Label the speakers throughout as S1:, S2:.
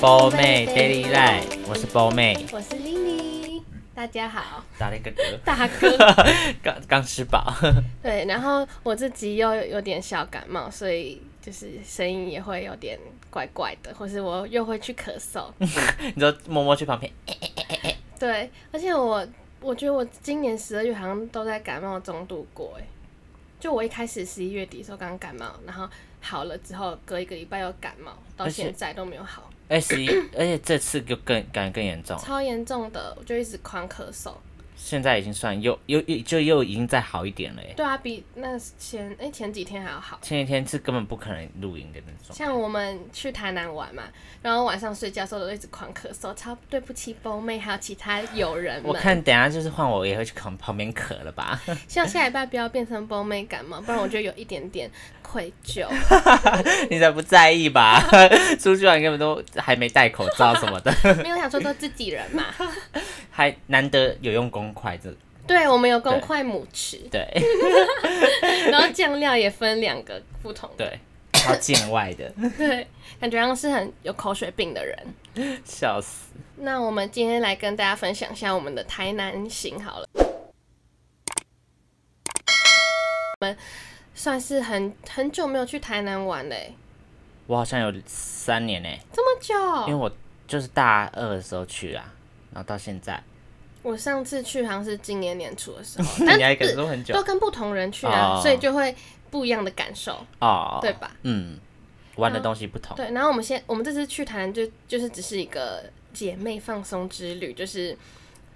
S1: 波妹 Daily Life，我是波妹，
S2: 我是 Lily，大家好，
S1: 打了一个嗝，
S2: 大哥。
S1: 刚刚吃饱，
S2: 对，然后我自己又有点小感冒，所以就是声音也会有点怪怪的，或是我又会去咳 嗽。
S1: 你就默默去旁边。
S2: 对，而且我我觉得我今年十二月好像都在感冒中度过，哎，就我一开始十一月底的时候刚感冒，然后好了之后隔一个礼拜又感冒，到
S1: 而且
S2: 现在都没有好，
S1: 哎，十一，而且这次就更感觉更严重，
S2: 超严重的，我就一直狂咳嗽。
S1: 现在已经算又又又就又已经再好一点了耶。
S2: 对啊，比那前哎、前几天还要好。
S1: 前几天是根本不可能露营的那种，
S2: 像我们去台南玩嘛，然后晚上睡觉的时候都一直狂咳嗽，超对不起波妹还有其他友人
S1: 我
S2: 们。
S1: 看等一下就是换我也会去旁旁边咳了吧。
S2: 希望下礼拜不要变成波妹感冒，不然我觉得有一点点愧 疚。
S1: 你才不在意吧？ 出去玩根本都还没戴口罩什么的，
S2: 没有想说都自己人嘛，
S1: 还难得有用公筷子。
S2: 对我们有公筷母匙，
S1: 对
S2: 然后酱料也分两个不同的，
S1: 对，超见外的，
S2: 对，感觉像是很有口水病的人。
S1: 笑死！
S2: 那我们今天来跟大家分享一下我们的台南行好了。我们算是很很久没有去台南玩嘞、
S1: 我好像有三年呢、
S2: 这么久。
S1: 因为我就是大二的时候去啊，然后到 现在，
S2: 我上次去好像是今年年初的时 候，但
S1: 你还敢
S2: 是
S1: 说很久
S2: 都跟不同人去啊，
S1: 哦
S2: 所以就会不一样的感受，
S1: 哦？
S2: 对，吧？
S1: 嗯，玩的东西不同，
S2: 对，然后我们先，我们这次去台南就就是只是一个姐妹放松之旅，就是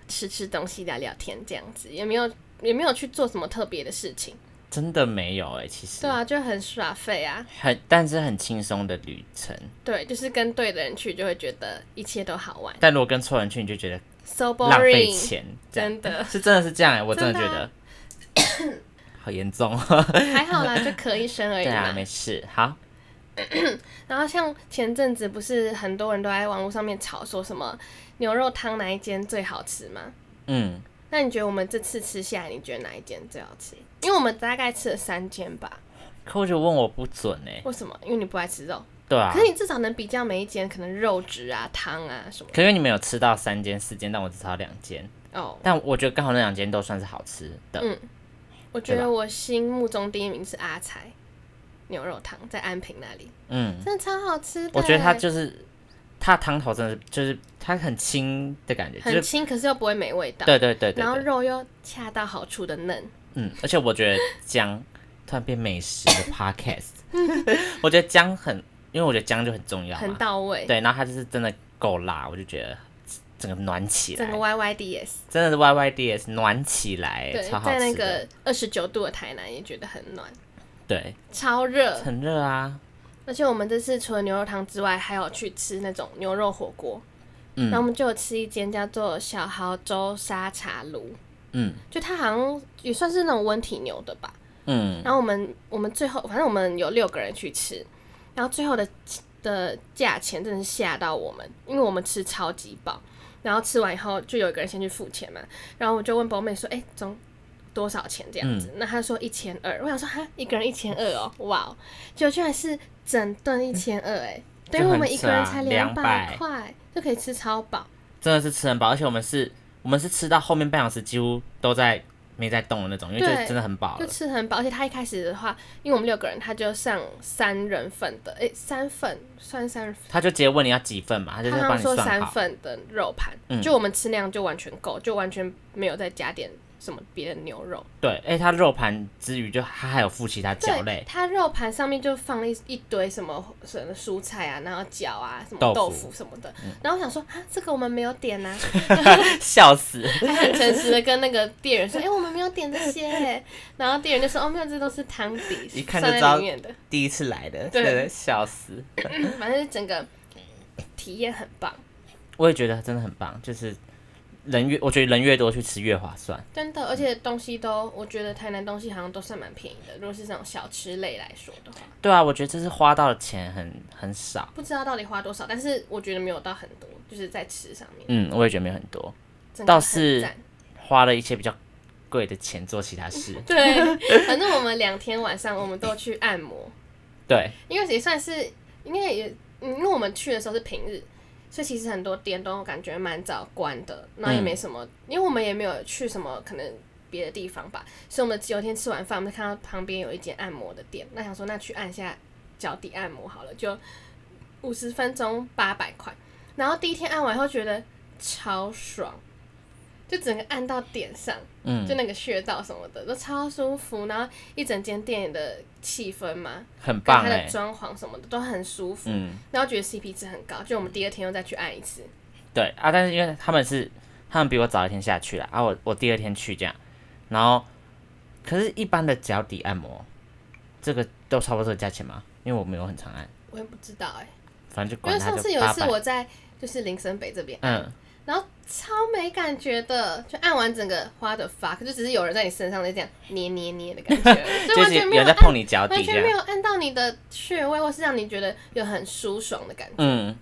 S2: 吃吃东西、聊聊天这样子，也没有也没有去做什么特别的事情。
S1: 真的没有哎、其实
S2: 对啊，就很耍废啊。
S1: 很，但是很轻松的旅程。
S2: 对，就是跟对的人去，就会觉得一切都好玩
S1: 但如果跟错人去，你就觉得
S2: ，so
S1: 浪费
S2: boring。
S1: 钱，这样
S2: 真的啊
S1: 是真的是这样哎、我真的
S2: 真
S1: 觉
S2: 的
S1: 得
S2: 啊
S1: 好严重哦。
S2: 还好啦，就咳一声而已
S1: 对啊，
S2: 嘛。
S1: 没事。好，
S2: 然后像前阵子不是很多人都在网络上面吵说什么牛肉汤哪一间最好吃吗？
S1: 嗯，
S2: 那你觉得我们这次吃下来，你觉得哪一间最好吃？因为我们大概吃了三间吧。
S1: 可我觉得问我不准哎、
S2: 为什么？因为你不爱吃肉，
S1: 对啊
S2: 可，是你至少能比较每一间可能肉质啊、汤啊什么的。
S1: 可是你们有吃到三间四间，但我只吃到两间，
S2: 哦，
S1: 但我觉得刚好那两间都算是好吃的。
S2: 嗯我觉
S1: 对
S2: 得我心目中第一名是阿财牛肉汤，在安平那里，
S1: 嗯，
S2: 真的超好吃的。
S1: 我觉得它就是它汤头真的是就是它很轻的感觉，就
S2: 很
S1: 是
S2: 轻，可是又不会没味道，
S1: 对对对对
S2: 然后
S1: 对，
S2: 肉又恰到好处的嫩。
S1: 嗯，而且我觉得姜突然变美食的 podcast，我 觉得姜很，因为我觉得姜就很重要
S2: 很
S1: 嘛，
S2: 到位，
S1: 对，然后它就是真的够辣，我就觉得整个暖起
S2: 整
S1: 来
S2: 个，Y Y D S，
S1: 真的是 Y Y D S 暖起来，
S2: 对，
S1: 哎超好
S2: 在那
S1: 吃
S2: 个
S1: 的，
S2: 二十九度的台南也觉得很暖，
S1: 对，
S2: 超热。
S1: 很热啊，
S2: 而且我们这次除了牛肉汤之外，还有去吃那种牛肉火锅，
S1: 嗯
S2: 然后我们就有吃一间叫做小豪州沙茶炉，
S1: 嗯
S2: 就它好像也算是那种温体牛的吧。
S1: 嗯，
S2: 然后我们我们最后反正我们有六个人去吃，然后最后的的价钱真的是吓到我们，因为我们吃超级饱，然后吃完以后就有一个人先去付钱嘛，然后我就问宝妹说，哎、总多少钱这样子？
S1: 嗯
S2: 那她说一千二，我想说哈，一个人一千二哦，哇哦，结果居然是整顿一千二，哎，
S1: 嗯就
S2: 等于我
S1: 很
S2: 们一
S1: 扯
S2: 个人
S1: 啊
S2: 才
S1: 200
S2: 百块就可以吃超饱，
S1: 真的是吃很饱，而且我们是，我们是吃到后面半小时几乎都在没在动的那种，因为
S2: 对
S1: 就真的很饱
S2: 就
S1: 了。
S2: 吃很饱，而且他一开始的话，因为我们六个人，他就上三人份的，哎、三份算三人份
S1: 他就直接问你要几份嘛，他就是
S2: 他
S1: 帮
S2: 们
S1: 你
S2: 说
S1: 算
S2: 三
S1: 好。
S2: 份的肉盘，
S1: 嗯
S2: 就我们吃那样就完全够，就完全没有再加点什么别的牛肉。
S1: 对，哎、他肉盘之余就他还有附其他
S2: 对
S1: 饺，类，
S2: 它肉盘上面就放了一一堆什么什么蔬菜啊，然后饺啊，什么
S1: 豆腐嗯
S2: 豆腐什么的。然后我想说啊，这个我们没有点呐、
S1: 笑死！
S2: 还很诚实的跟那个店 员说，哎、我们没有点这些、然后店员就说，哦，没有，这都是汤底，
S1: 一看就
S2: 放在
S1: 知道
S2: 里面的。
S1: 第一次来的，
S2: 对
S1: 真的笑死！
S2: 反正整个体验很棒，
S1: 我也觉得真的很棒，就是人越我觉得人越多去吃越划算。
S2: 真的，而且东西都，我觉得台南东西好像都算蛮便宜的。如果是这种小吃类来说的话，
S1: 对啊，我觉得这是花到的钱很很少。
S2: 不知道到底花多少，但是我觉得没有到很多，就是在吃上面。
S1: 嗯，我也觉得没有很多，
S2: 真的
S1: 倒
S2: 很
S1: 是
S2: 赞
S1: 花了一些比较贵的钱做其他
S2: 嗯
S1: 事。
S2: 对，反正我们两天晚上我们都去按摩，
S1: 对，
S2: 因为也算是，应该也，嗯因为我们去的时候是平日，所以其实很多店都感觉蛮早关的，那也没什么，因为我们也没有去什么可能别的地方吧，所以我们有一天吃完饭，我们就看到旁边有一间按摩的店，那想说那去按一下脚底按摩好了，就五十分钟八百块，然后第一天按完后觉得超爽，就整个按到点上，
S1: 嗯
S2: 就，那个穴道什么的都超舒服，然后一整间店的气氛嘛，
S1: 很
S2: 跟
S1: 棒
S2: 它
S1: 哎、
S2: 的装潢什么的都很舒服，
S1: 嗯，
S2: 然后觉得 CP 值很高，就我们第二天又再去按一次，
S1: 对啊，但是因为他们是他们比我早一天下去了啊我，我第二天去这样，然后可是一般的脚底按摩，这个都差不多这个价钱嘛，因为我没有很常按，
S2: 我也不知道哎、
S1: 反正就
S2: 因
S1: 管
S2: 为
S1: 它
S2: 上
S1: 就
S2: 次有一
S1: 八
S2: 次
S1: 百，
S2: 我在就是林森北这边，
S1: 嗯，
S2: 然后超没感觉的，就按完整个花的 fuck，就只是有人在你身上在这样捏捏捏的感觉， 就
S1: 就
S2: 完
S1: 是
S2: 全
S1: 有
S2: 没有
S1: 人在
S2: 按，
S1: 碰你脚
S2: 完
S1: 底这
S2: 全没
S1: 样，
S2: 有按到你的穴位，或是让你觉得有很舒爽的感觉。
S1: 嗯，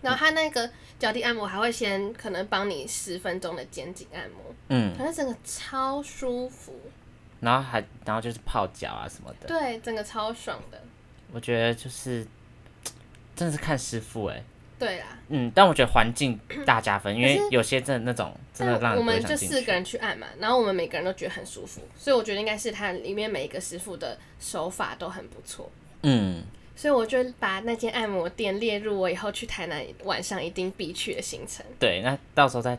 S2: 然后他那个脚底按摩还会先可能帮你十分钟的肩颈按摩，
S1: 嗯，
S2: 反正整个超舒服，
S1: 然后还然后就是泡脚啊什么的，
S2: 对，整个超爽的，
S1: 我觉得就是嘖真的是看师傅哎、
S2: 对啦。
S1: 嗯，但我觉得环境大加分，因为
S2: 可是
S1: 有些真的那种真的让
S2: 但
S1: 人
S2: 我
S1: 不会
S2: 们
S1: 想
S2: 就
S1: 进
S2: 四个
S1: 去。
S2: 人去按嘛，然后我们每个人都觉得很舒服，所以我觉得应该是它里面每一个师傅的手法都很不错，
S1: 嗯，
S2: 所以我就把那间按摩店列入我以后去台南晚上一定必去的行程。
S1: 对，那到时候再，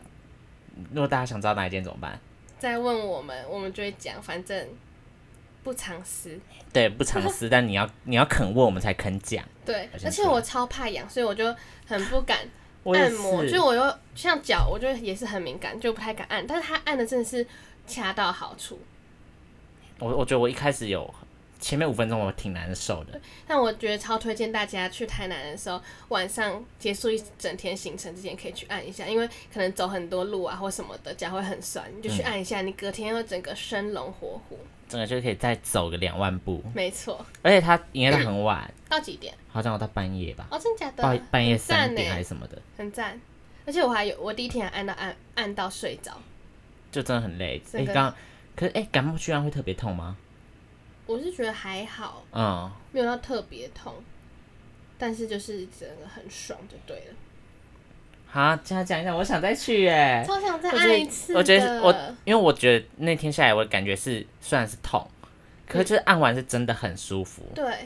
S1: 如果大家想知道哪一间怎么办？
S2: 再问我们，我们就会讲，反正不藏私。
S1: 对，不藏私，但你要你要肯问，我们才肯讲。
S2: 对
S1: 好，像
S2: 而且
S1: 是
S2: 我超怕痒，所以我就很不敢
S1: 我也
S2: 按
S1: 是，
S2: 摩，就我又像脚，我就也是很敏感，就不太敢按。但是他按的真的是恰到好处，
S1: 我我觉得我一开始有前面五分钟我挺难受的，
S2: 但我觉得超推荐大家去台南的时候，晚上结束一整天行程之前可以去按一下，因为可能走很多路啊或什么的，脚会很酸，你就去按一下，你隔天会整个生龙活虎。
S1: 整个就可以再走个两万步，
S2: 没错，
S1: 而且它营业到很晚，
S2: 到几点？
S1: 好像我到半夜吧，
S2: 哦，真假
S1: 半
S2: 的？
S1: 半夜
S2: 很赞
S1: 三点
S2: 欸
S1: 还是什么的，
S2: 很赞。而且我还有，我第一天还按到按按到睡着，
S1: 就真的很累。哎、
S2: 真的
S1: 刚可是哎、感冒居然会特别痛吗？
S2: 我是觉得还好，
S1: 嗯，
S2: 没有到特别痛，但是就是整个很爽就对了。
S1: 好，这样讲一讲，我想再去哎、
S2: 超想再
S1: 我觉
S2: 按一
S1: 得
S2: 次
S1: 我觉得
S2: 的
S1: 我，因为我觉得那天下来，我的感觉是虽然是痛，可是就是按完是真的很舒服。
S2: 对，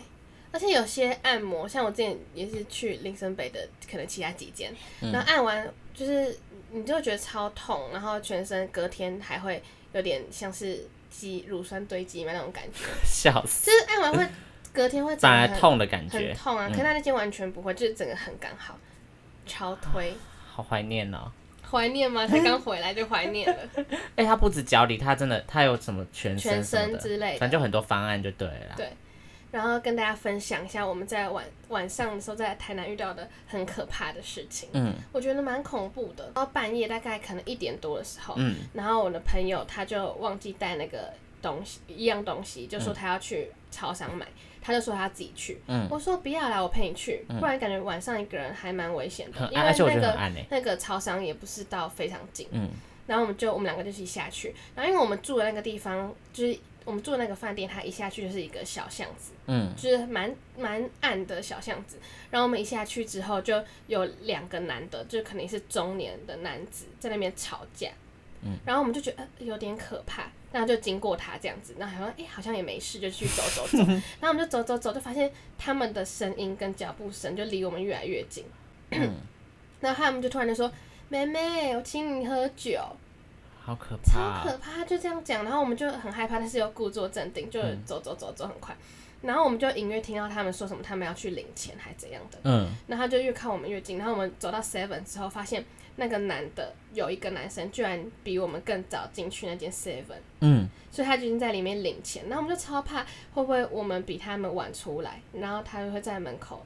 S2: 而且有些按摩，像我之前也是去林森北的，可能其他几间，
S1: 嗯
S2: 然后按完就是你就会觉得超痛，然后全身隔天还会有点像是肌乳酸堆积嘛那种感觉，
S1: 笑死，
S2: 就是按完 会隔天会整
S1: 反
S2: 个
S1: 而
S2: 很
S1: 痛的感
S2: 很
S1: 觉，嗯
S2: 痛啊，可是他那间完全不会，就是整个很刚好，
S1: 啊
S2: 超推。
S1: 好怀念哦。
S2: 怀念吗？才刚回来就怀念 了，
S1: 哎、它不止脚底，它真的它有什么全
S2: 全
S1: 身什么
S2: 身
S1: 的
S2: 之类的
S1: 反正就很多方案就对了啦。
S2: 对然后跟大家分享一下我们在晚晚上的时候在台南遇到的很可怕的事情。
S1: 嗯
S2: 我觉得蛮恐怖的。到半夜大概可能一点多的时候，
S1: 嗯
S2: 然后我的朋友他就忘记带那个东西，一样东西，就说他要去超商买，他就说他自己去。
S1: 嗯
S2: 我说不要啦，我陪你去，不然感觉晚上一个人还蛮危险的，
S1: 很啊
S2: 因
S1: 暗，而且我
S2: 为
S1: 觉
S2: 那
S1: 得很
S2: 个
S1: 暗诶、
S2: 那个超商也不是到非常近。
S1: 嗯
S2: 然后我们就我们两个就一起下去，然后因为我们住的那个地方就是。我们住的那个饭店，它一下去就是一个小巷子，
S1: 嗯，
S2: 就是蛮蛮暗的小巷子。然后我们一下去之后，就有两个男的，就肯定是中年的男子在那边吵架。嗯，然后我们就觉得、呃、有点可怕，然后就经过他这样子，然后好像哎好像也没事，就去走走走。然后我们就走走走，就发现他们的声音跟脚步声就离我们越来越近。 然后他们就突然就说：“妹妹，我请你喝酒。”
S1: 好可
S2: 超
S1: 怕、
S2: 可怕，就这样讲，然后我们就很害怕，但是又故作镇定，就走走走走很快，然后我们就隐约听到他们说什么，他们要去领钱还怎样的，
S1: 嗯，
S2: 然后他就越靠我们越近，然后我们走到 Seven 之后，发现那个男的有一个男生居然比我们更早进去那间 Seven，
S1: 嗯
S2: 所以他就已经在里面领钱，然后我们就超怕会不会我们比他们晚出来，然后他就会在门口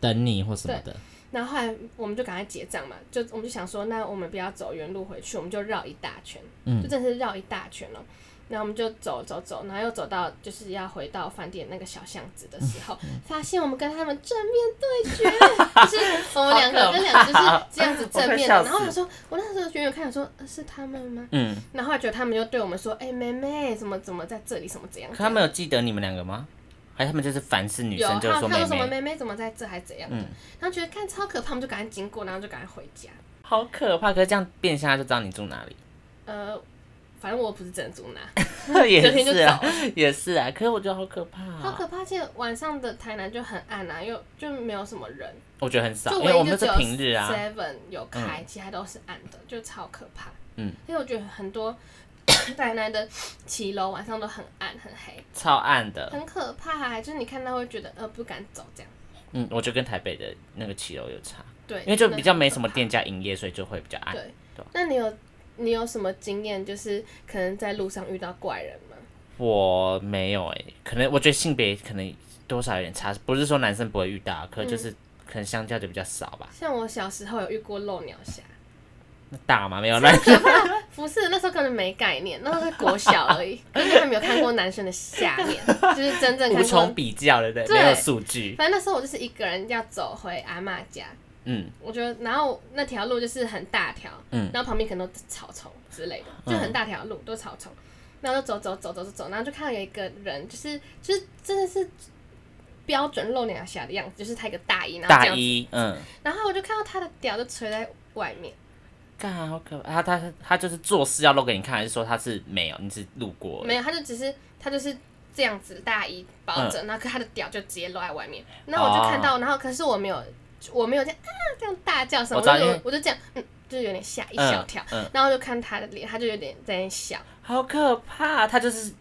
S1: 等你或什么的，
S2: 然后后来我们就赶快结账嘛，就我们就想说，那我们不要走原路回去，我们就绕一大圈，
S1: 嗯
S2: 就真的是绕一大圈哦。然后我们就走走走，然后又走到就是要回到饭店那个小巷子的时候，
S1: 嗯
S2: 发现我们跟他们正面对 决，就是我们两个跟两个就是这样子正面的。
S1: 好可怕我快笑死
S2: 然后我说，我那时候远远看，我说呃是他们吗？
S1: 嗯，
S2: 然后后来觉得他们就对我们说，哎、妹妹，怎么怎么在这里，什么怎样
S1: 可
S2: 怎
S1: 他
S2: 样？
S1: 们有记得你们两个吗？哎，他们就是凡是女
S2: 有
S1: 生
S2: 他
S1: 就
S2: 他
S1: 说妹
S2: 说什么妹
S1: 妹，
S2: 妹怎么在这还怎样的，
S1: 嗯
S2: 然后觉得看超可怕，我们就赶快经过，然后就赶快回家。
S1: 好可怕。可是这样变相他就知道你住哪里，
S2: 呃，反正我不是珍珠拿，隔
S1: 也
S2: 天就是走
S1: 啊
S2: 了，
S1: 也是啊。可是我觉得好可怕、
S2: 好
S1: 啊，
S2: 可怕！而且晚上的台南就很暗啊，又就没有什么人，
S1: 我觉得很少，
S2: 就
S1: 因
S2: 唯
S1: 为我
S2: 一
S1: 们
S2: 就
S1: 都
S2: 只
S1: 是
S2: 有
S1: 平日啊。
S2: Seven 有开，其他都是暗的，就超可怕。
S1: 嗯，
S2: 因为我觉得很多 台南的骑楼晚上都很暗很黑，
S1: 超暗的，
S2: 很可怕、欸就是你看到会觉得呃不敢走这样。
S1: 嗯，我觉得跟台北的那个骑楼有差，
S2: 对，
S1: 因为就比较没什么
S2: 真的
S1: 店家营业，所以就会比较暗
S2: 很可。怕。对，那你有你有什么经验？就是可能在路上遇到怪人吗？
S1: 我没有诶、欸可能我觉得性别可能多少有点差，不是说男生不会遇到，啊可
S2: 嗯
S1: 就是可能相较就比较少吧。
S2: 像我小时候有遇过漏鸟侠，
S1: 那大吗？没 有，那
S2: 不是那时候根本没概念，那时候是国小而 已，根本还没有看过男生的下面，就是真正
S1: 无
S2: 看
S1: 从
S2: 过。
S1: 比较，对不对？
S2: 对
S1: 没有数据。
S2: 反正那时候我就是一个人要走回阿嬷家，
S1: 嗯，
S2: 我觉得，然后那条路就是很大条，
S1: 嗯
S2: 然后旁边可能都是草丛之类的，
S1: 嗯
S2: 就很大条路都是草丛，然后就走走走走走走，然后就看到有一个人，就是就是真的是标准露鸟侠的样子，就是他一个大衣，然后
S1: 大
S2: 这样，
S1: 一，嗯，
S2: 然后我就看到他的屌就垂在外面，
S1: 干好可怕。他他他就是做事要露给你看，还是说他是没有？你是路过？
S2: 没有，他就只是他就是这样子大衣包
S1: 嗯
S2: 着，然后可他的屌就直接露在外面，那我就看
S1: 哦
S2: 到，然后可是我没有我没有这样啊这样大叫什么，
S1: 我
S2: 我
S1: 知道
S2: 就
S1: 因为
S2: 有我就这样嗯，就是有点吓一小跳，
S1: 嗯，嗯
S2: 然后就看他的脸，他就有点在那笑。
S1: 好可怕。他就是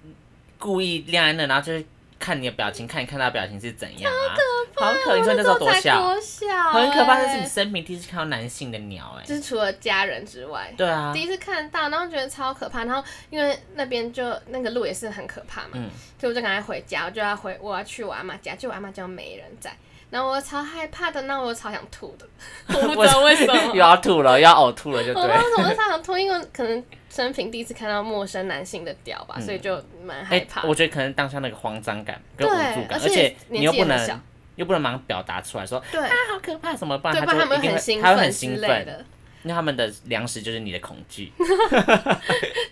S1: 故意晾在那，然后就是看你的表情，看你看他的表情是怎样啊？
S2: 哦
S1: 好可怕！你说那时候多
S2: 才
S1: 小？
S2: 国小
S1: 很可怕，这是
S2: 欸
S1: 你生平第一次看到男性的鸟、欸，哎，
S2: 就是除了家人之外，
S1: 对啊
S2: 第，一次看到，然后觉得超可怕。然后因为那边就那个路也是很可怕嘛，
S1: 嗯
S2: 所以我就赶快回家，我就要回我要去我阿妈家，就我阿妈家没人在。然后我超害怕的，那我超想吐 的，我不知道为什
S1: 又
S2: 么，
S1: 要吐了，又要呕吐了，就
S2: 我不知道
S1: 对。
S2: 为什么超想吐，因为可能生平第一次看到陌生男性的屌吧，所以就蛮害
S1: 嗯哎、
S2: 怕。
S1: 我觉得可能当下那个慌张感跟
S2: 对
S1: 无助感，而
S2: 而且
S1: 你又不
S2: 年纪也很小
S1: 能又不能马上表达出来说
S2: 对
S1: 啊好可怕什么，不然
S2: 对，不然
S1: 他
S2: 他
S1: 就
S2: 们
S1: 一定
S2: 很
S1: 会
S2: 兴
S1: 他会很
S2: 奋之
S1: 兴
S2: 类
S1: 奋，
S2: 的，
S1: 因为他们的粮食就是你的恐惧。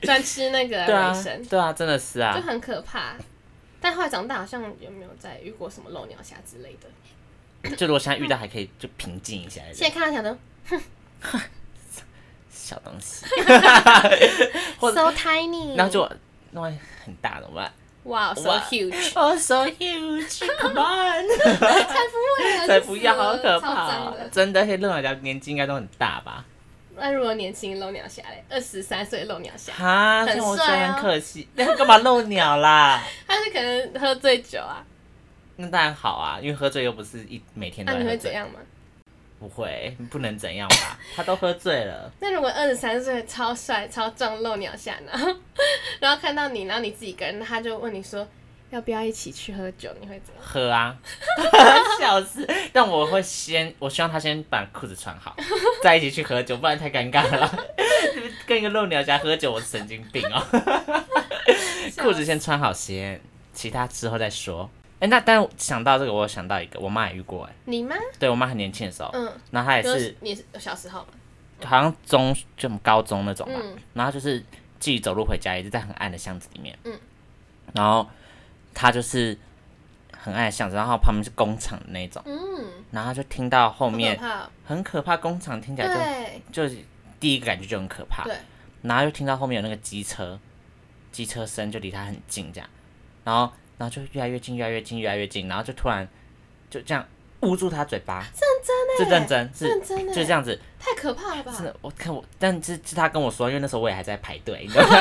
S2: 专吃那个
S1: 对啊
S2: 人参，，
S1: 对啊，真的是啊
S2: 就，很可怕。但后来长大好像也没有再遇过什么漏鸟侠之类的。
S1: 就如果现在遇到还可以就平静一下，
S2: 现在看到想的
S1: 小东 西，或
S2: so tiny，
S1: 然后就那万一很大怎 么办？
S2: 哇 so
S1: 哇
S2: huge，
S1: 哦、so huge，come on。才
S2: 才
S1: 不要，好可怕、
S2: 啊超
S1: 啊
S2: 脏！的。
S1: 真的，而且露鸟家年纪应该都很大吧？
S2: 那如果年轻漏鸟侠嘞，二十三岁漏鸟侠，
S1: 哈，
S2: 很
S1: 像我觉得
S2: 帅啊
S1: 很可惜，那干嘛露鸟啦？
S2: 他是可能喝醉酒啊，
S1: 那当然好啊，因为喝醉又不是一每天都
S2: 那啊
S1: 在
S2: 你
S1: 喝
S2: 会怎
S1: 醉，
S2: 样吗？
S1: 不会，不能怎样吧？他都喝醉了，
S2: 那如果二十三岁超帅超壮漏鸟侠，然后 然后看到你，然后你自己一个人，他就问你说要不要一起去喝酒，你会怎样？
S1: 喝啊，, 笑死！但我会先，我希望他先把裤子穿 好，再一起去喝酒，不然太尴尬了。 跟一个露鸟家喝酒，我神经病 哦。裤子先穿好先，其他之后再说。哎、那但想到这个，我有想到一个，我妈也遇过哎、
S2: 你吗？
S1: 对我妈很年轻的时候，
S2: 嗯，
S1: 然后她也
S2: 就是你是小时候嘛，
S1: 好像中就高中那种吧，
S2: 嗯
S1: 然后她就是自己走路回家，也是在很暗的巷子里面，
S2: 嗯
S1: 然后她就是很暗的巷子，然后旁边是工厂的那种，
S2: 嗯，
S1: 然后她就听到后
S2: 好可
S1: 面
S2: 怕哦，
S1: 很可怕，工厂听起来
S2: 对
S1: 就就是第一个感觉就很可怕，
S2: 对，
S1: 然后又听到后面有那个机车，机车声就离他很近这样，然后然后就越来越近，越来越近，越来越近，然后就突然就这样捂住他嘴巴，是认真是
S2: 认真的，欸
S1: 就这样子，
S2: 太可怕了吧？
S1: 真的我看我，但是是他跟我说，因为那时候我也还在排队，你 知道吗？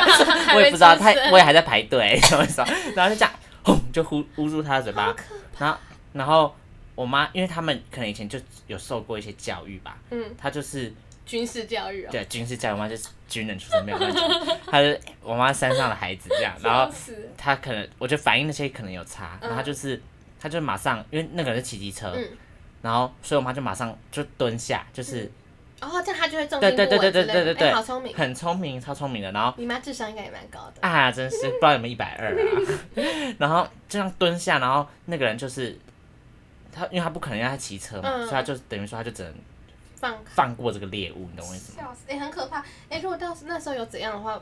S1: 我
S2: 没
S1: 也不知道
S2: 出
S1: 他
S2: 生，
S1: 我也还在排队，什么时候， 然后就这样，轰就呼捂住他的嘴
S2: 好
S1: 巴，
S2: 可
S1: 然后然后我妈，因为他们可能以前就有受过一些教育吧，
S2: 嗯，
S1: 她就是。
S2: 军事教育哦，
S1: 对，军事教育，我妈就是军人出身，没有乱讲。她是我妈山上的孩子这样，然后
S2: 笑死
S1: 她可能，我觉得反应那些可能有差，然后她就是，她就马上，因为那个人是骑机车，
S2: 嗯
S1: 然后所以我妈就马上就蹲下，就是
S2: 哦，这样他就会重
S1: 对
S2: 心
S1: 对对
S2: 不稳
S1: 对对
S2: 之
S1: 对
S2: 类的，
S1: 对对，
S2: 哎，好聪明，
S1: 很聪明，超聪明的，然后。
S2: 你妈智商应该也蛮高的，
S1: 啊，真是不知道有没有一百 二啊。然后这样蹲下，然后那个人就是他，因为他不可能让他骑车嘛，
S2: 嗯
S1: 所以他就等于说他就只能
S2: 放
S1: 放过这个猎物，你懂我意思吗？
S2: 笑死，哎，很可怕，哎，如果到时那时候有怎样的话，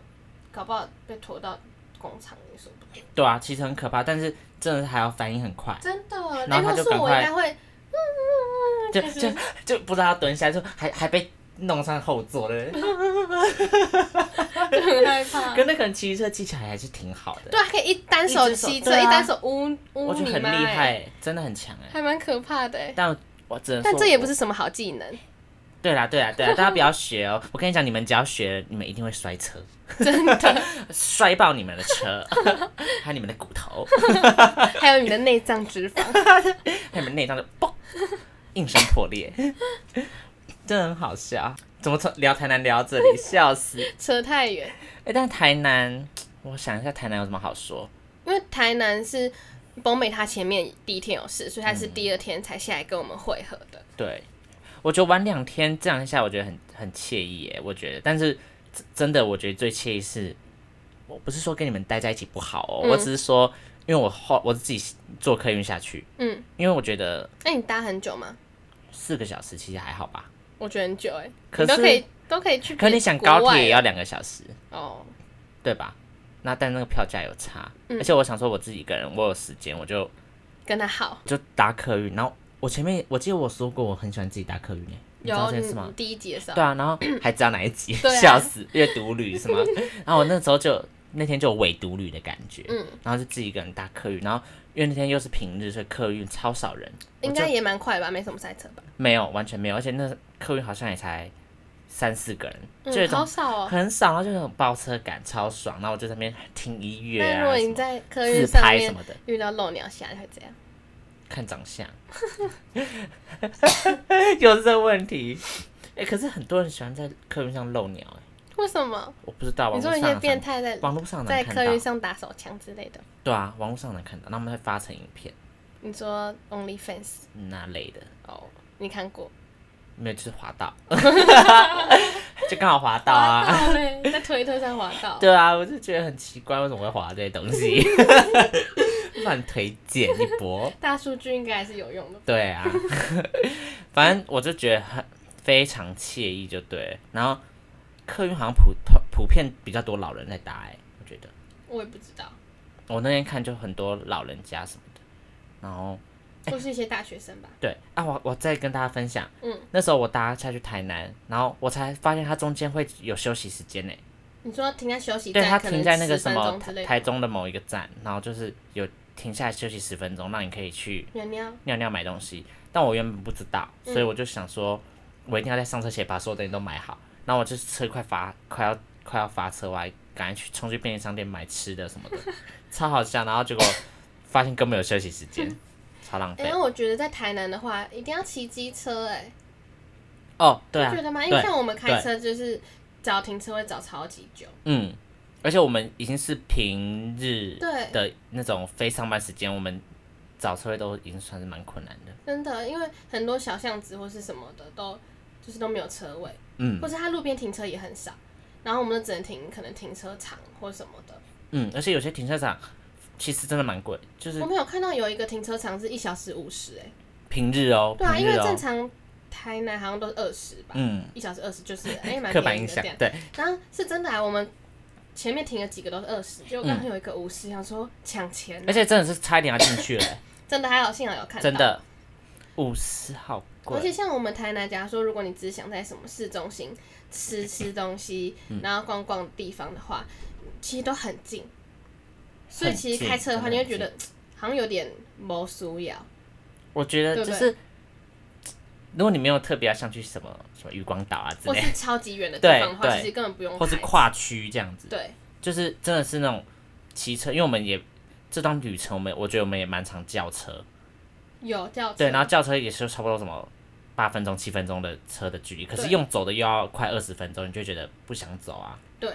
S2: 搞不好被拖到工厂，你说不定
S1: 对啊，其实很可怕，但是真的是还要反应很快，
S2: 真的，
S1: 然后
S2: 那哎
S1: 他就
S2: 要是
S1: 赶
S2: 我
S1: 快
S2: 应该会，嗯嗯嗯，
S1: 就
S2: 开始
S1: 就就不知道要蹲下，就还还被弄上后座 了。
S2: 就很害 怕。
S1: 跟那个人骑车技巧还是挺好的，
S2: 对啊，可以一单
S1: 一
S2: 手
S1: 只手
S2: 骑车，
S1: 对啊
S2: 一单手污污
S1: 我觉
S2: 泥
S1: 得很
S2: 妈
S1: 厉害、
S2: 欸，
S1: 真的很强哎、
S2: 还蛮可怕的欸。
S1: 但我只能说
S2: 但这也不
S1: 我
S2: 是什么好技能，
S1: 对啦，对啦，对 啦，大家不要学哦！我跟你讲，你们只要学了，你们一定会摔车，
S2: 真的。
S1: 摔爆你们的车， 还有你们的骨头，
S2: 还有你的内脏脂肪，
S1: 还有你们内脏的嘣，应声破裂，真的很好笑。怎么从聊台南聊到这里，笑死！
S2: 扯太远。
S1: 哎、但台南，我想一下，台南有什么好说？
S2: 因为台南是北美，他前面第一天有事，所以他是第二天才下来跟我们会合的。
S1: 对，我觉得玩两天这样一下，我觉得很很惬意耶。我觉得，但是真真的，我觉得最惬意是，我不是说跟你们待在一起不好哦，
S2: 嗯
S1: 我只是说，因为我后我自己坐客运下去，
S2: 嗯，
S1: 因为我觉得
S2: 那你搭很久吗？
S1: 四个小时其实还好吧，
S2: 我觉得很久哎、
S1: 可
S2: 你都
S1: 是
S2: 可以都可以去别国
S1: 可
S2: 外了。
S1: 你想高铁啊也要两个小时，
S2: 哦，
S1: 对吧？那但那个票价有差，
S2: 嗯
S1: 而且我想说我自己一个人，我有时间，我就
S2: 跟他好。
S1: 就搭客运，然后。我前面我记得我说过我很喜欢自己搭客运耶，你知道
S2: 有
S1: 这
S2: 你
S1: 件事吗
S2: 你？第一集的时候，
S1: 对啊，然 后还知道哪一集，
S2: 对啊
S1: 笑死，阅读旅什么？ 然后我那时候就那天就有伪读旅的感觉，
S2: 嗯，
S1: 然后就自己一个人搭客运，然后因为那天又是平日，所以客运超少人，我
S2: 应
S1: 就
S2: 该也蛮快吧，没什么塞车吧？
S1: 没有完全没有，而且那客运好像也才三四个人，就有一
S2: 嗯，好
S1: 种
S2: 少哦。
S1: 很少，然后就有种包车感，超爽。然后我就在那边听音乐
S2: 那
S1: 啊，
S2: 如果
S1: 什
S2: 你
S1: 么
S2: 在客运
S1: 自
S2: 上
S1: 拍什
S2: 面
S1: 么的，
S2: 遇到漏鸟侠，你会怎样？
S1: 看长相， 有这个问题。哎、可是很多人喜欢在客运上露鸟、哎，
S2: 为什么？
S1: 我不知道，网
S2: 你说
S1: 络上
S2: 一些
S1: 好像
S2: 变态在
S1: 网络上
S2: 在
S1: 能看
S2: 客运
S1: 到，
S2: 上打手枪之类的，
S1: 对啊，网络上能看到，那他们会发成影片
S2: 你说 OnlyFans
S1: 那类的，
S2: 哦，你看过？
S1: 没有就是滑到，就刚好滑到啊。
S2: 滑到嘞，在推特上滑到。
S1: 对啊，我就觉得很奇怪，为什么会滑这些东西？乱推荐一波。
S2: 大数据应该还是有用的。
S1: 对啊，反正我就觉得很非常惬意，就对了。然后客运好像普普普遍比较多老人在搭、欸，我觉得
S2: 我也不知道，
S1: 我那天看就很多老人家什么的，然后
S2: 都是一些大学生吧。
S1: 对啊，我我再跟大家分享，
S2: 嗯，
S1: 那时候我搭下去台南，然后我才发现它中间会有休息时间呢、
S2: 你说停在休息
S1: 对，
S2: 站，
S1: 它
S2: 可
S1: 停
S2: 能
S1: 在那个
S2: 10
S1: 什
S2: 分
S1: 么
S2: 钟之
S1: 台
S2: 类
S1: 台
S2: 的。
S1: 中的某一个站，然后就是有停下来休息十分钟，让你可以去
S2: 喵喵，
S1: 尿尿买东西。但我原本不知道，所以
S2: 嗯
S1: 我就想说，我一定要在上车前把所有东西都买好。然后我就是车快发，快要快要发车，我还赶快去冲去便利商店买吃的什么的，超好笑。然后结果发现根本有休息时间，超浪
S2: 哎、
S1: 费
S2: 那。我觉得在台南的话，一定要骑机车、哎、
S1: 哦，对啊
S2: 你觉，得吗？因为
S1: 对
S2: 像我们开车就是找停车位找超级久，
S1: 嗯，而且我们已经是平日
S2: 对
S1: 的那种非上班时间，我们找车位都已经算是蛮困难的。
S2: 真的，因为很多小巷子或是什么的都就是都没有车位，
S1: 嗯
S2: 或是它路边停车也很少，然后我们就只能停可能停车场或什么的。
S1: 嗯，而且有些停车场其实真的蛮贵，就是
S2: 我们有看到有一个停车场是一小时五十，哎，
S1: 平日哦，
S2: 对啊，因
S1: 平
S2: 为
S1: 日哦
S2: 正，常台南好像都是二十吧，
S1: 嗯，
S2: 一小时二十就是哎蛮
S1: 刻板
S2: 便宜
S1: 印
S2: 的
S1: 象
S2: 这样。
S1: 对，
S2: 然后是真的啊，我们前面停了几个都是二十，就刚刚有一个五十，想说抢钱啊，
S1: 而且真的是差一点要进去 了，
S2: 真的还好幸好有看到，
S1: 真。的五十好
S2: 而且
S1: 贵，
S2: 像我们台南，假如说如果你只想在什么市中心吃吃东西，
S1: 嗯
S2: 然后逛逛地方的话，其实都很近，所以其实
S1: 很近
S2: 开车的话，你
S1: 真的
S2: 会
S1: 很
S2: 觉得好像有啊点没疏要。
S1: 我觉得
S2: 对
S1: 就
S2: 不
S1: 是如果你没有特别要想去什么什么渔光岛啊之
S2: 或
S1: 类，
S2: 是超级远的地方的
S1: 对
S2: 话，
S1: 对
S2: 其实根本不用
S1: 或是
S2: 开车
S1: 跨区这样子，
S2: 对，
S1: 就是真的是那种骑车，因为我们也这段旅程，我们我觉得我们也蛮常叫车，
S2: 有叫车
S1: 对，然后叫车也是差不多什么八分钟、七分钟的车的距离，可是
S2: 对
S1: 用走的又要快二十分钟，你就觉得不想走啊，
S2: 对，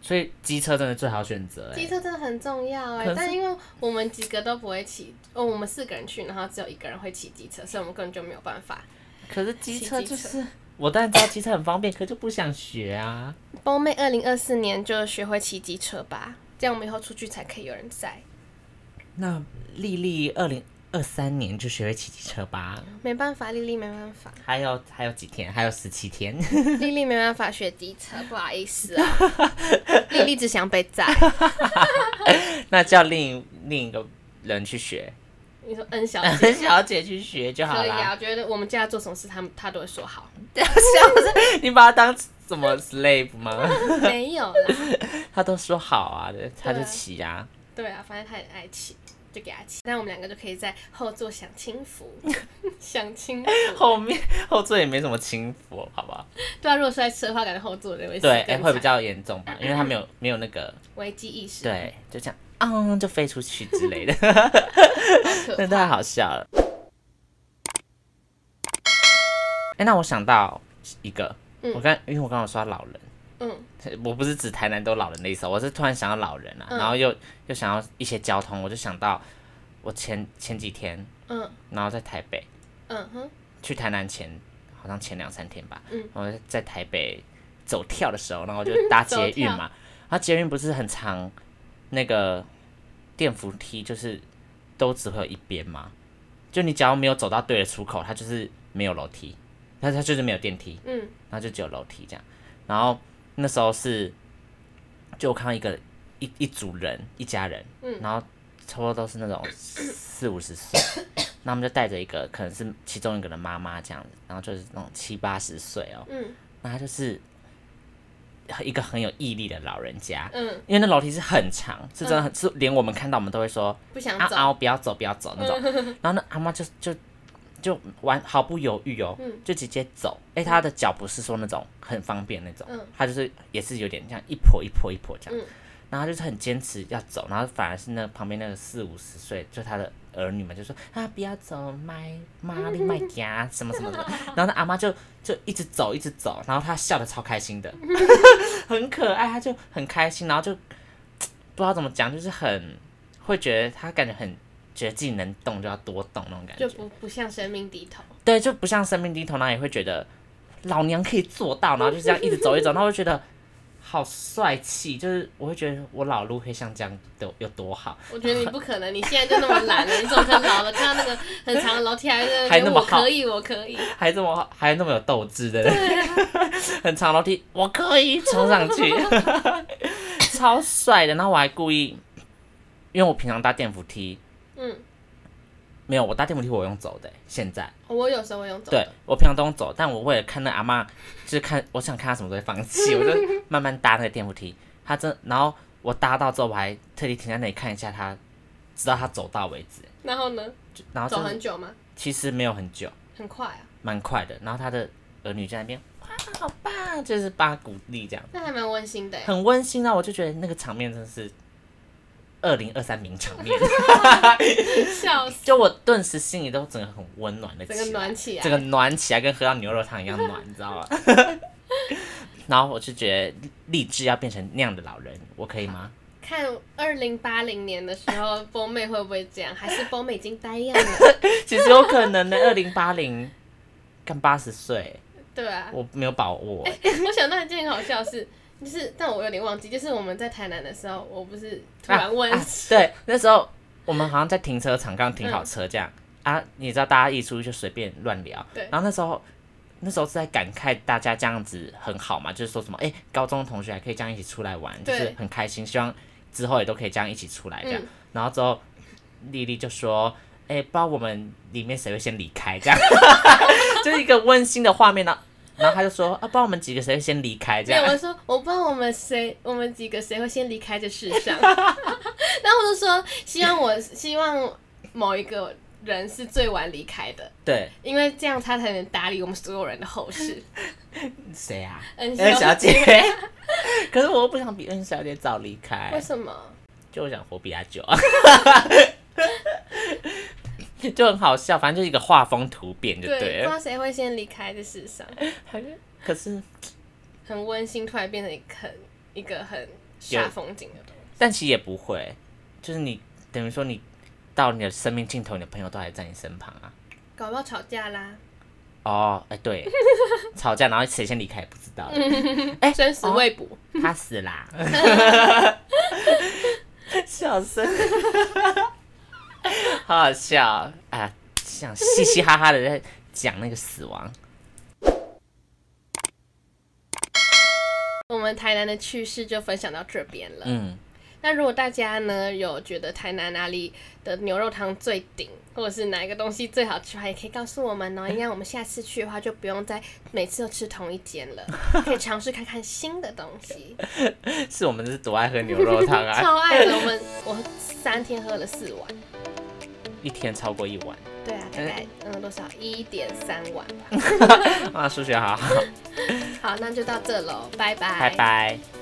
S1: 所以机车真的最好选择、
S2: 机
S1: 欸，
S2: 车真的很重要哎、
S1: 可是
S2: 但因为我们几个都不会骑，哦，我们四个人去，然后只有一个人会骑机车，所以我们根本就没有办法。
S1: 可是机车
S2: 骑
S1: 就
S2: 机车
S1: 是我当然知道机车很方便，可就不想学啊。
S2: 波妹二零二四年就学会骑机车吧，这样我们以后出去才可以有人载。
S1: 那丽丽二零二三年就学会骑机车吧。
S2: 没办法，丽丽没办 法，
S1: 还有还有几天？还有十七天。
S2: 丽丽没办法学机车，不好意思啊。 丽丽只想被宰。
S1: 那叫另另一个人去学，
S2: 你说恩小姐
S1: 跟小姐去学就 好
S2: 可以
S1: 啦。
S2: 啊，我觉得我们家做什么事，他们他都会说好。
S1: 你把她当什么 slave 吗？
S2: 没有啦，
S1: 她都说好啊，她就骑啊。
S2: 对啊，反正他很爱骑，就给他骑。那我们两个就可以在后座享清福，享清福。
S1: 后面 后座也没什么轻浮，好不好？
S2: 对啊，如果摔车的话，感觉后座人会死
S1: 对，哎、
S2: 更
S1: 会比
S2: 惨
S1: 较严重吧，因为她没有没有那个，
S2: 危机意识，，
S1: 对，就这样，嗯，就飞出去之 类的，
S2: 可
S1: 那太好笑了。哎、那我想到一个，
S2: 嗯
S1: 我刚因为我刚刚说到老人。
S2: 嗯
S1: 我不是指台南都老人的意思，我是突然想到老人啊，
S2: 嗯
S1: 然后又又想要一些交通，我就想到我前前几天，
S2: 嗯
S1: 然后在台北
S2: 嗯哼，
S1: 去台南前，好像前两三天吧，
S2: 嗯
S1: 我在台北走跳的时候，然后我就搭捷运嘛，然后捷运不是很长，那个电扶梯就是都只会有一边嘛，就你只要没有走到对的出口，它就是没有楼梯，它它就是没有电梯，
S2: 嗯
S1: 然后就只有楼梯这样。然后那时候是，就我看到一个一一组人，一家人，
S2: 嗯
S1: 然后差不多都是那种四五十岁，那他们就带着一个可能是其中一个的妈妈这样子，然后就是那种七八十岁哦，
S2: 嗯
S1: 那他就是一个很有毅力的老人家。
S2: 嗯，
S1: 因为那楼梯是很长，是真的很，是连我们看到我们都会说
S2: 不想
S1: 啊
S2: 走，
S1: 啊！我不要走，不要走 那种。然后那阿妈就就就完毫不犹豫哦，
S2: 嗯
S1: 就直接走。哎、她的脚不是说那种很方便那种，
S2: 嗯
S1: 她就是也是有点像一跛一跛一跛这样。
S2: 嗯
S1: 然后她就是很坚持要走，然后反而是那旁边那个四五十岁，就她的儿女们就说啊，不要走，卖妈你卖家什么什么什么。然后那阿妈就就一直走，一直走，然后她笑的超开心的， 很可爱，她就很开心，然后就不知道怎么讲，就是很会觉得她感觉很觉得自己能动就要多动那种感觉
S2: 就，不不向生命低头，
S1: 对，就不像生命低头，然后也会觉得老娘可以做到，然后就这样一直走一直走，然后我就觉得好帅气，就是我会觉得我老路可以像这样有有多好，
S2: 我觉得你不可能，你现在就那么懒了，你怎么可能老了看到那个很长的楼梯还在那
S1: 还
S2: 边
S1: 那么
S2: 我
S1: 好
S2: 可以，我可以，
S1: 还这么还那么有斗志的，
S2: 啊
S1: 很长楼梯，我可以冲上去， 超帅的。然后我还故意，因为我平常搭电扶梯，
S2: 嗯，
S1: 没有我搭电扶梯我用走的、现在
S2: 我有时候会用走
S1: 对
S2: 的，
S1: 我平常都用走，但我为了看那阿妈，就是 看我想看她什么时候会放 弃，我就慢慢搭那个电扶梯。她真，然后我搭到之后，我还特地停在那里看一下她，直到她走到为止。
S2: 然后呢，
S1: 就然后
S2: 走
S1: 就是
S2: 很久吗？
S1: 其实没有很久，
S2: 很快啊，
S1: 蛮快的。然后她的儿女在那边，哇，好棒，就是帮她鼓励这样，
S2: 那还蛮温馨的欸，
S1: 很温馨啊！我就觉得那个场面真的是二零二三名场面，
S2: 笑死，
S1: 就我顿时心里都整 个很温暖的
S2: 整个
S1: 起来。
S2: 暖起来，
S1: 这个暖起来跟喝到牛肉汤一样暖，你知道吗？ 然后我就觉得立志要变成那样的老人，我可以吗？
S2: 看二零八零年的时候，波妹会不会这样？还是波妹已经呆样 了？
S1: 其实有可能的，二零八零干八十岁，
S2: 对啊，
S1: 我没有把握。
S2: 我想到一件好笑的事，就是但我有点忘记，就是我们在台南的时候，我不是突然问，
S1: 啊对，那时候我们好像在停车场刚停好车这样、啊，你知道大家一出去就随便乱聊，
S2: 嗯对
S1: 然后那时候。那时候是在感慨大家这样子很好嘛，就是说什么哎、高中同学还可以这样一起出来玩，就
S2: 对
S1: 是很开心，希望之后也都可以这样一起出来这样。
S2: 嗯
S1: 然后之后丽丽就说：“哎、不知道我们里面谁会先离开，这样 就是一个温馨的画面呢。”然后她就说：“啊，不知道我们几个谁会先离开，这
S2: 对，我
S1: 样。
S2: 说我不知道我们谁，我们几个谁会先离开这世上， 然后我就说希望我希望某一个人是最晚离开的，”
S1: 对，
S2: 因为这样他才能打理我们所有人的后 事。
S1: 谁啊？
S2: 恩
S1: 恩
S2: 小
S1: 小姐。可是我又不想比恩小姐早离
S2: 为
S1: 开，
S2: 什么？
S1: 就我想活比她久。啊 就很好笑，反正就是一个画风突变，就
S2: 对，
S1: 对
S2: 不知
S1: 了。
S2: 道谁会先离开这世上，
S1: 可是，
S2: 很温馨，突然变成一个很一个很煞风景的东西。
S1: 但其实也不会，就是你等于说你到你的生命尽头，你的朋友都还在你身旁啊。
S2: 搞不好吵架啦，
S1: 哦，哎、对，吵架，然后谁先离开也不知道，
S2: 生死未卜。
S1: 他死啦，笑声， 好好笑啊、像嘻嘻哈哈的在讲那个死亡。
S2: 我们台南的趣事就分享到这边了。
S1: 嗯，
S2: 那如果大家呢有觉得台南哪里的牛肉汤最顶，或者是哪一个东西最好吃的话，也可以告诉我们哦。一样，我们下次去的话就不用再每次都吃同一间 了，可以尝试看看新的东西。
S1: 是我们是多爱喝牛肉汤 啊，
S2: 超爱的，我们我三天喝了四碗，
S1: 一天超过一碗。
S2: 对啊，大概嗯多少一点三碗吧。
S1: 啊，数学好好，
S2: 好，那就到这喽，拜拜，
S1: 拜拜。